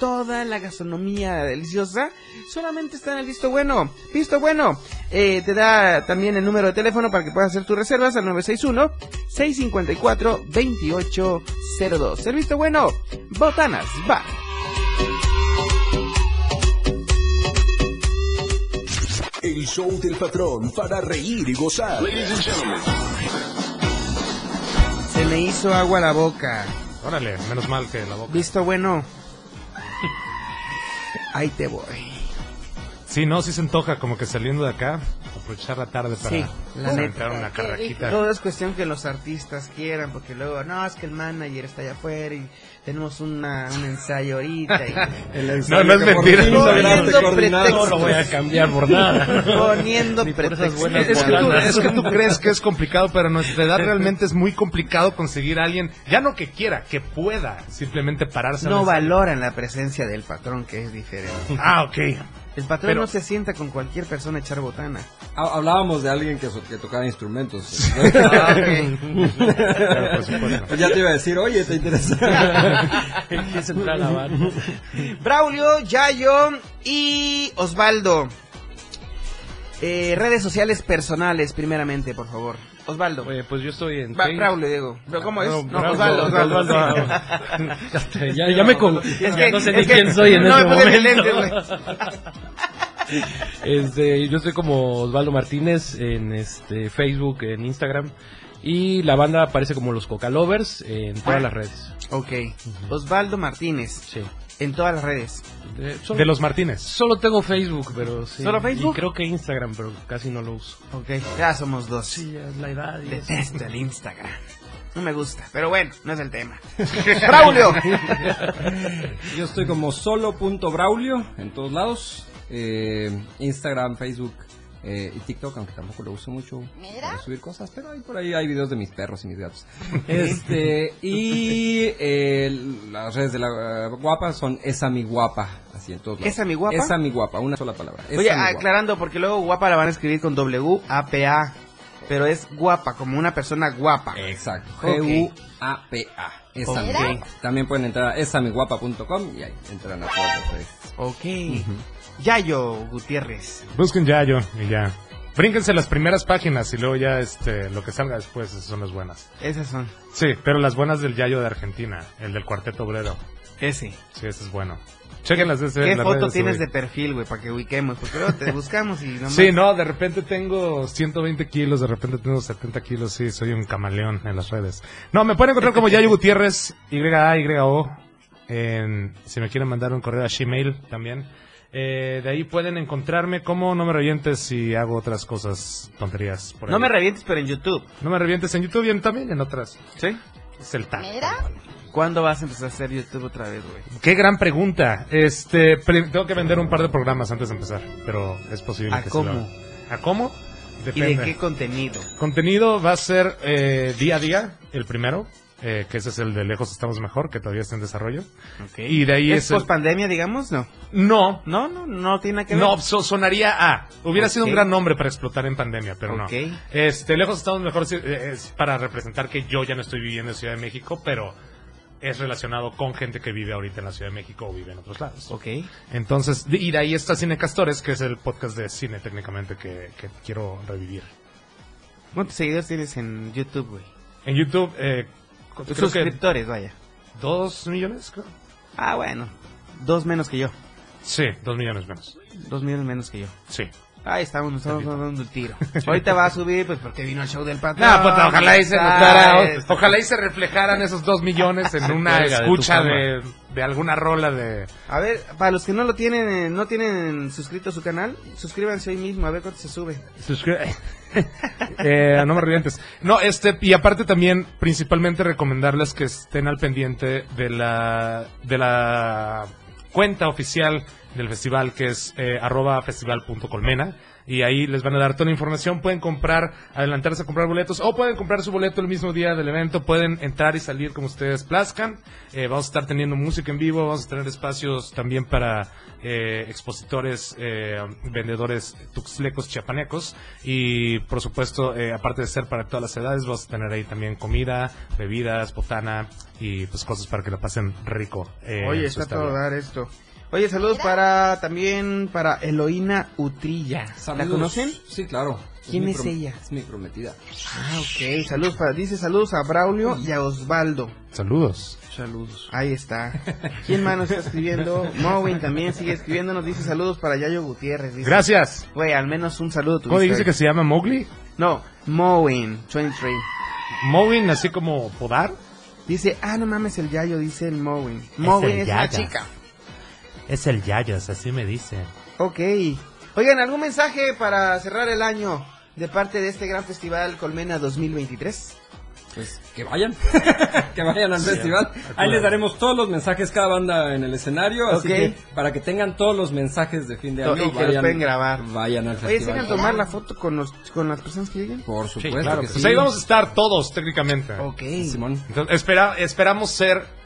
Toda la gastronomía deliciosa solamente está en el visto bueno. Visto bueno. Eh, te da también el número de teléfono para que puedas hacer tus reservas al 961-654-2802. El visto bueno. Botanas. Va.
El show del patrón para reír y gozar.
Se me hizo agua la boca.
Órale, menos mal que la boca.
Visto [laughs] bueno. Ahí te voy.
Sí, no, sí se antoja como que saliendo de acá, aprovechar la tarde para
Sí, la
aventar
neta.
una carraquita.
Todo es cuestión que los artistas quieran, porque luego, no, es que el manager está allá afuera y tenemos una, un ensayo
[laughs]
ahorita. y-
No, no es mentira.
Poniendo
No
pretextos.
lo voy a cambiar por
[laughs]
nada.
Poniendo
Ni por esas
pretextos.
buenas Es que, tú, es que tú crees que es complicado, pero a nuestra edad realmente es muy complicado conseguir a alguien, ya no que quiera, que pueda simplemente pararse. a
No
la-
valoran la presencia del patrón, que es diferente.
Ah, ok.
El patrón
Pero-
no se sienta con cualquier persona a echar
[laughs]
botana.
Ha- Ah, Hablábamos de alguien que, so- que tocaba instrumentos.
Ah,
[laughs] Claro, por [laughs] supuesto.
Pues ya te iba a decir, oye, ¿te interesa?
Empieza a entrar la banda.
Braulio, Yayo y Osvaldo. Eh, redes sociales personales, primeramente, por favor. Osvaldo.
pues yo estoy en.
Ba-
Face-
Braulio, digo. ¿Pero ¿Cómo es?
No,
No,
Braulio,
Osvaldo. Osvaldo.
Osvaldo, Osvaldo. [laughs] Ya- ya me con-
Es
ya no sé ni quién soy en
no
este
me puse mis
momento.
lentes, güey.
[laughs] Este, yo estoy como Osvaldo Martínez en este Facebook, en Instagram. Y la banda aparece como los Coca Lovers en todas las redes.
Ok. Osvaldo Martínez.
Sí.
En todas las redes.
De, solo-
De los Martínez.
Solo tengo Facebook, pero sí.
¿Solo Facebook?
Y creo que Instagram, pero casi no lo uso.
Ok, ya somos dos.
Sí, ya es la edad. y eso.
Detesto el Instagram. No me gusta, pero bueno, no es el tema. [laughs] Braulio.
Yo estoy como solo.braulio en todos lados. Eh, Instagram, Facebook eh, y TikTok, aunque tampoco lo uso mucho para subir cosas, pero ahí por ahí hay videos de mis perros y
[laughs]
mis gatos. Este, y eh, las redes de la eh, guapa son esa mi guapa, así en todos lados.
¿Esa mi guapa?
Esa mi guapa, una sola palabra. Esa
Oye, ah,
mi guapa.
aclarando, porque luego guapa la van a escribir con W-A-P-A. Pero es guapa, como una persona guapa.
Exacto.
Ok.
G-U-A-P-A. Esa
Ok.
mi guapa. También pueden entrar a esamiguapa.com y ahí entran a todas las redes.
Ok. Yayo Gutiérrez.
Busquen ya yo y ya. Brínquense las primeras páginas y luego ya este lo que salga después esas son las buenas.
Esas son.
Sí, pero las buenas del Yayo de Argentina, el del Cuarteto Obrero.
Ese.
Sí, ese es bueno. Chequenlas desde
¿Qué
las
foto
redes,
tienes
güey.
de perfil, güey? Para que ubiquemos. Porque luego te buscamos y no
Sí, no, de repente tengo 120 kilos, de repente tengo 70 kilos, sí, soy un camaleón en las redes. No, me pueden encontrar como Yayo Gutiérrez, Y-A-Y-O, en- si me quieren mandar un correo a Gmail también. Eh, de ahí pueden encontrarme como No Me Revientes si hago otras cosas, tonterías. Por ahí.
No me revientes, pero en YouTube.
No Me Revientes en YouTube y en- también en otras.
¿Sí?
Es el tag.
¿Cuándo vas a empezar a hacer YouTube otra vez, güey?
Qué gran pregunta. Este, pre- tengo que vender un par de programas antes de empezar, pero es posible
¿A
que se
cómo?
lo haga. ¿A cómo?
¿Y
Depende.
de qué contenido?
Contenido va a ser eh, día a día, el primero. eh, que ese es el de Lejos Estamos Mejor, que todavía está en desarrollo.
Ok.
Y de ahí
¿Es
es el-
pospandemia, digamos? No.
No,
No, no, no tiene nada que ver.
no, so- sonaría A. Hubiera sido un
Ok.
gran nombre para explotar en pandemia, pero
Ok.
no. Este, Lejos Estamos Mejor sí, eh, es para representar que yo ya no estoy viviendo en Ciudad de México, pero es relacionado con gente que vive ahorita en la Ciudad de México o vive en otros lados.
Ok.
Entonces, de- y de ahí está Cine Castores, que es el podcast de cine técnicamente que, que quiero revivir.
¿Cuántos seguidores tienes en YouTube, güey?
En YouTube, eh, co- creo que
Suscriptores, vaya.
dos millones, creo.
Ah, bueno. Dos menos que yo.
Sí, dos millones menos.
Dos millones menos que yo.
Sí.
Ahí estamos, nos estamos dando el tiro. Ahorita va a subir, pues porque vino el show del patrón. eh.
No, puta, ojalá y
Ah,
se notara, pues.
¿sabes?
o- ojalá y se reflejaran esos dos millones
[laughs]
en una
Verga, de tu
escucha
fama.
de, de alguna rola de...
A ver, para los que no lo tienen, eh, no tienen suscrito su canal, suscríbanse hoy mismo, a ver cuánto se sube.
Eh, no me revientes. No, este, y aparte también, principalmente recomendarles que estén al pendiente de la, de la cuenta oficial del festival, que es eh, arroba festival.colmena. Y ahí les van a dar toda la información. Pueden comprar, adelantarse a comprar boletos o pueden comprar su boleto el mismo día del evento. Pueden entrar y salir como ustedes plazcan. Eh, vamos a estar teniendo música en vivo. Vamos a tener espacios también para eh, expositores, eh, vendedores tuxlecos, chiapanecos. Y por supuesto, eh, aparte de ser para todas las edades, vamos a tener ahí también comida, bebidas, botana y pues cosas para que la pasen rico. eh, en
Oye,
su
está todo
estadía.
dar esto. Oye, saludos para también para Eloína Utrilla. ¿La
Saludos.
conocen?
Sí, claro.
¿Quién
mi
es
prom-
ella?
Es mi prometida.
Ah, ok. Saludos para, dice saludos a Braulio y a Osvaldo.
Saludos.
Saludos. Ahí está. ¿Quién más nos está escribiendo? Mowin también sigue escribiendo, nos dice saludos para Yayo Gutiérrez. dice.
Gracias.
Güey, al menos un saludo.
¿Cómo dijiste que se llama Mowgli?
No, Mowin, 23.
Mowin, así como podar.
Dice, ah, no mames, el Yayo, dice el Mowin. Mowin
el
es, una
Yayas.
chica.
Es el Yayas, así me dice.
Ok. Oigan, ¿algún mensaje para cerrar el año de parte de este gran festival Colmena 2023?
Pues que vayan, [laughs] que vayan al
Sí,
festival. Ahí
acuérdate.
les daremos todos los mensajes cada banda en el escenario, así
Ok.
que para que tengan todos los mensajes de fin de
No,
año
y que los pueden grabar.
Vayan al
Oye,
festival.
¿se van a tomar la foto con, los, con las personas que lleguen?
Por
Sí,
supuesto.
claro.
que
Pues
sí.
ahí vamos a estar todos, técnicamente.
Ok.
Simón.
Entonces, espera, esperamos ser.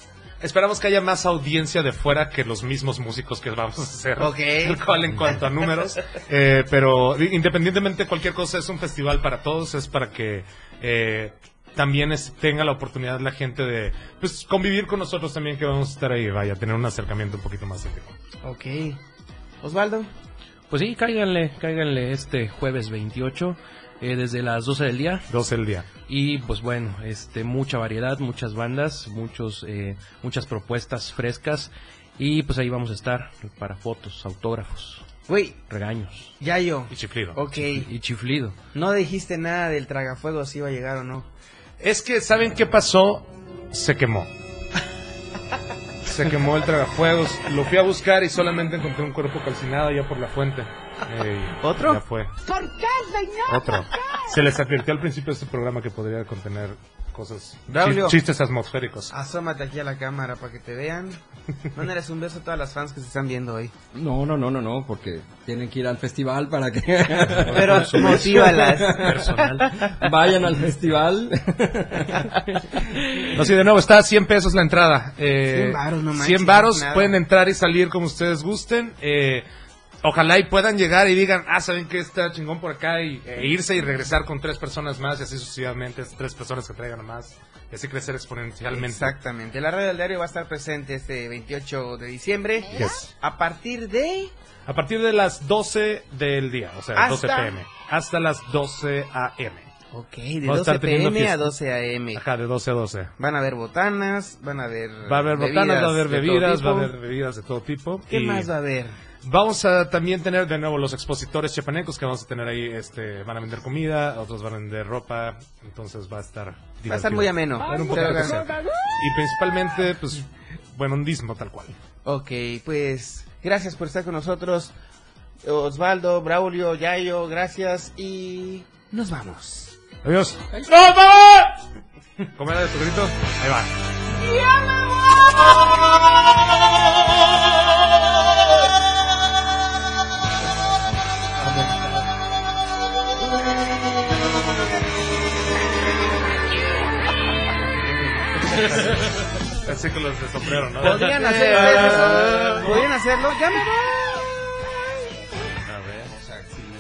Esperamos que haya más audiencia de fuera que los mismos músicos que vamos a hacer.
Ok.
El [laughs] cual en cuanto a números. Eh, pero independientemente de cualquier cosa, es un festival para todos. Es para que eh, también es- tenga la oportunidad la gente de pues, convivir con nosotros también que vamos a estar ahí. Vaya, tener un acercamiento un poquito más íntimo.
Ok. Osvaldo.
Pues sí, cáiganle, cáiganle este jueves 28 eh, desde las 12 del día.
12 del día.
Y pues bueno, este mucha variedad, muchas bandas, muchos eh, muchas propuestas frescas y pues ahí vamos a estar para fotos, autógrafos,
Güey,
regaños
Yayo.
Y chiflido.
Ok.
y chiflido.
No dijiste nada del tragafuego si iba a llegar o no.
Es que, ¿saben qué pasó? Se quemó. Se quemó el tragafuegos. Lo fui a buscar y solamente encontré un cuerpo calcinado allá por la fuente. Eh, y
¿Otro?
Ya fue.
¿Por qué, señor?
Otro. Se les advirtió al principio de este programa que podría contener cosas.
Braulio.
chis- Chistes atmosféricos.
Asómate aquí a la cámara para que te vean. Mándales un beso a todas las fans que se están viendo
[laughs]
hoy.
No, no, no, no, no, porque tienen que ir al festival para que.
Pero motívalas. Personal.
[laughs] Vayan al festival.
No, sí, de nuevo, está a 100 pesos la entrada. Eh,
100 varos, no manches,
100 varos,
no es nada.
pueden entrar y salir como ustedes gusten. Eh, ojalá y puedan llegar y digan, ah, ¿saben que Está chingón por acá y, e irse y regresar con tres personas más y así sucesivamente, es tres personas que traigan más. Y así crecer exponencialmente.
Exactamente. La radio del diario va a estar presente este 28 de diciembre.
Yes.
A partir de...
A partir de las 12 del día, o sea,
Hasta-
12 pm, hasta las 12 am.
Ok, de
Vamos a estar
12
teniendo
pm a
fiesta.
12 am.
Ajá, de 12 a 12.
Van a haber botanas, van a haber...
Va a haber botanas, va a haber
de todo
bebidas, va a
tipo.
haber bebidas de todo tipo.
¿Qué
y-
más va a haber?
Vamos a también tener de nuevo los expositores chiapanecos que vamos a tener ahí, este, van a vender comida, otros van a vender ropa, entonces va a estar divertido.
Va a estar muy ameno.
Va a haber un
Te
poquito
lo
que
gano.
hacer. Y principalmente, pues, buenondismo tal cual.
Ok, pues gracias por estar con nosotros. Osvaldo, Braulio, Yayo, gracias y nos vamos.
Adiós.
[laughs] ¡No,
¿Cómo era de tu grito? Ahí [laughs] va. Así con los de sombrero, ¿no?
Podrían hacer eso. Podrían hacerlo. Ya me voy.
A ver.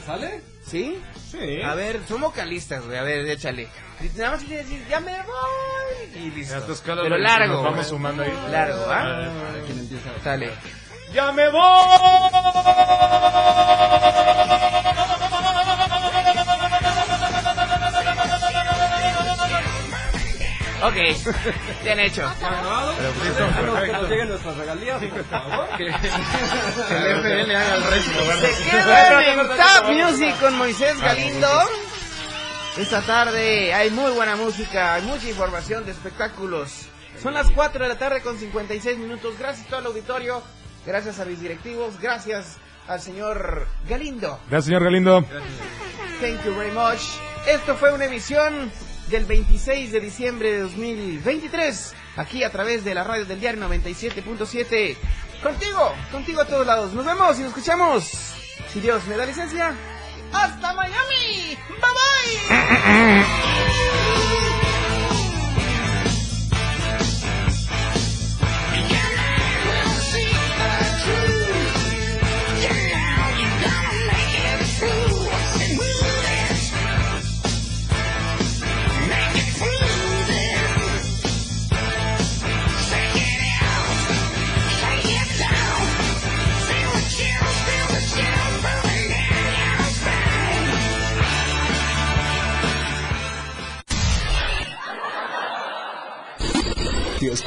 ¿Sale?
¿Sí?
Sí.
A ver, son vocalistas, güey. A ver, échale. Nada más tienes que decir, ya me voy. Y listo.
En tu escala
Pero
lo-
largo.
nos vamos
güey.
sumando ahí.
Largo,
A ver,
¿ah?
a ver, ¿quién
empieza?
Sale.
¡Ya me voy!
Ok, bien hecho.
Pero
pues eso,
Déjanos que
perfecto.
nos lleguen nuestras regalías, por favor.
Que el FL haga el resto, bueno.
Se quedan en Tap Music con Moisés Galindo. Esta tarde hay muy buena música, hay mucha información de espectáculos. Son las 4 de la tarde con 56 minutos. Gracias a todo el auditorio, gracias a mis directivos, gracias al señor Galindo.
Gracias, señor Galindo.
Thank you very much. Esto fue una emisión del 26 de diciembre de 2023, aquí a través de la radio del diario 97.7. Contigo, contigo a todos lados. Nos vemos y nos escuchamos. Si Dios me da licencia. ¡Hasta Miami! ¡Bye bye!
Te has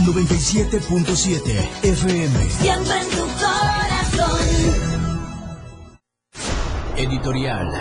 97.7 FM.
Siempre en tu corazón.
Editorial.